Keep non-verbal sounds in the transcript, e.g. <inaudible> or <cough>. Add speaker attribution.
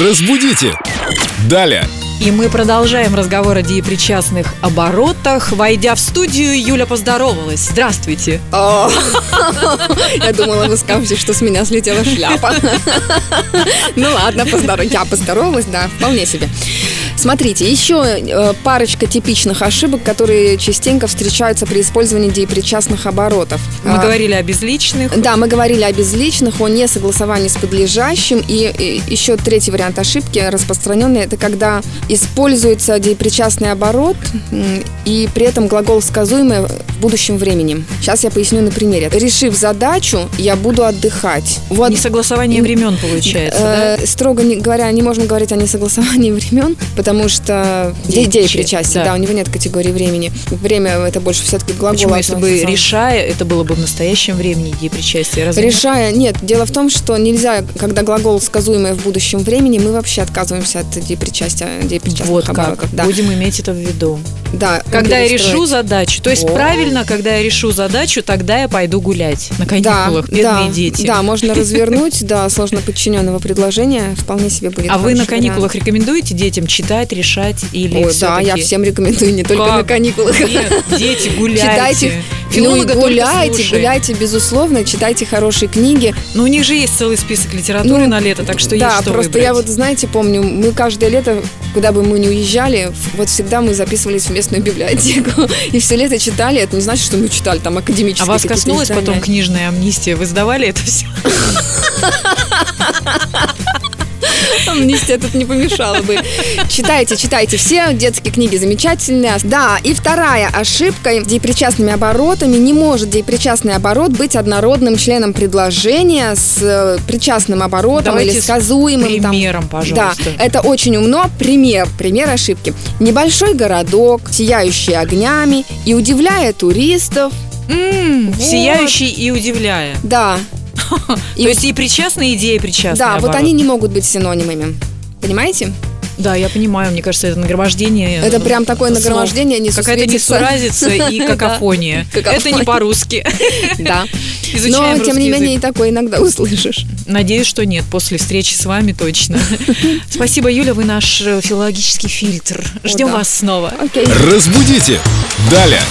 Speaker 1: Разбудите! Далее!
Speaker 2: И мы продолжаем разговор о деепричастных оборотах. Войдя в студию, Юля поздоровалась. Здравствуйте.
Speaker 3: О, <laughs> Я думала, вы скажете, что с меня слетела шляпа. <laughs> Ну ладно, поздоров- я поздоровалась, да, вполне себе. Смотрите, еще э, парочка типичных ошибок, которые частенько встречаются при использовании деепричастных оборотов.
Speaker 2: Мы
Speaker 3: А,
Speaker 2: говорили о безличных.
Speaker 3: Да, мы говорили о безличных, о несогласовании с подлежащим. И, и еще третий вариант ошибки распространенный, это когда используется деепричастный оборот м, и при этом глагол «сказуемое» в будущем времени. Сейчас я поясню на примере. Решив задачу, я буду отдыхать. Вот
Speaker 2: Несогласование времен получается, да?
Speaker 3: Э, Строго не- говоря, не можно говорить о несогласовании <laughs> времен, потому что
Speaker 2: Деи
Speaker 3: идеи
Speaker 2: причастны,
Speaker 3: причастия,
Speaker 2: да.
Speaker 3: да. у него нет категории времени. Время это больше все-таки глагол.
Speaker 2: Почему, если бы
Speaker 3: относится.
Speaker 2: решая, это было бы в настоящем времени деепричастие? Разве нет?
Speaker 3: Решая, нет, дело в том, что нельзя, когда глагол сказуемое в будущем времени, мы вообще отказываемся от деепричастия, деепричастных
Speaker 2: Вот
Speaker 3: оборотов.
Speaker 2: как.
Speaker 3: Да.
Speaker 2: Будем иметь это в виду.
Speaker 3: да,
Speaker 2: Когда я
Speaker 3: перестроить.
Speaker 2: решу задачу, то есть
Speaker 3: О.
Speaker 2: правильно, когда я решу задачу, тогда я пойду гулять на
Speaker 3: да,
Speaker 2: каникулах, бедные
Speaker 3: да,
Speaker 2: дети.
Speaker 3: да, можно развернуть, да, сложно подчиненного предложения вполне себе будет.
Speaker 2: А вы на
Speaker 3: хороший вариант.
Speaker 2: каникулах рекомендуете детям читать, решать или
Speaker 3: Ой, да, я
Speaker 2: всё-таки-
Speaker 3: всем рекомендую, не только
Speaker 2: Как?
Speaker 3: на каникулах.
Speaker 2: Нет, дети, гуляйте.
Speaker 3: Читайте. Ну и
Speaker 2: Филолога только
Speaker 3: гуляйте,
Speaker 2: слушай.
Speaker 3: гуляйте, безусловно, читайте хорошие книги.
Speaker 2: Но Ну, у них же есть целый список литературы
Speaker 3: Ну,
Speaker 2: на лето, так что
Speaker 3: да,
Speaker 2: есть что
Speaker 3: просто
Speaker 2: выбрать.
Speaker 3: я вот, знаете, помню, мы каждое лето, куда бы мы ни уезжали, вот всегда мы записывались в местную библиотеку. <laughs> И все лето читали. Это не значит, что мы читали там академические
Speaker 2: А вас
Speaker 3: какие-то
Speaker 2: коснулась
Speaker 3: издания.
Speaker 2: потом книжная амнистия? Вы сдавали это все?
Speaker 3: Амнистия тут не помешала бы. Читайте, читайте. Все детские книги замечательные. Да, и вторая ошибка. Депричастными оборотами не может депричастный оборот быть однородным членом предложения с э, причастным оборотом
Speaker 2: Давайте
Speaker 3: или
Speaker 2: с
Speaker 3: сказуемым. там.
Speaker 2: Примером, пожалуйста.
Speaker 3: Да, Э, это очень умно. Пример, пример ошибки. Небольшой городок, сияющий огнями и удивляя туристов.
Speaker 2: М,
Speaker 3: Вот.
Speaker 2: Сияющий и удивляя.
Speaker 3: Да, И
Speaker 2: То
Speaker 3: вот-
Speaker 2: есть и причастные, и идеи причастные.
Speaker 3: да, вот они не могут быть синонимами. Понимаете?
Speaker 2: Да, я понимаю, мне кажется, это нагромождение.
Speaker 3: Это прям такое
Speaker 2: слов.
Speaker 3: нагромождение не
Speaker 2: Э, ну, Какая-то несуразица
Speaker 3: <laughs>
Speaker 2: и какофония. Это не
Speaker 3: Какофония.
Speaker 2: по-русски. <laughs>
Speaker 3: <laughs> Да.
Speaker 2: Изучаем
Speaker 3: Но, тем
Speaker 2: русский
Speaker 3: не
Speaker 2: язык.
Speaker 3: менее, и такое иногда услышишь. <laughs>
Speaker 2: Надеюсь, что нет, после встречи с вами точно. Спасибо, Юля, вы наш э, филологический фильтр. Ждем
Speaker 3: да.
Speaker 2: вас снова.
Speaker 3: Окей.
Speaker 1: Разбудите! Далее!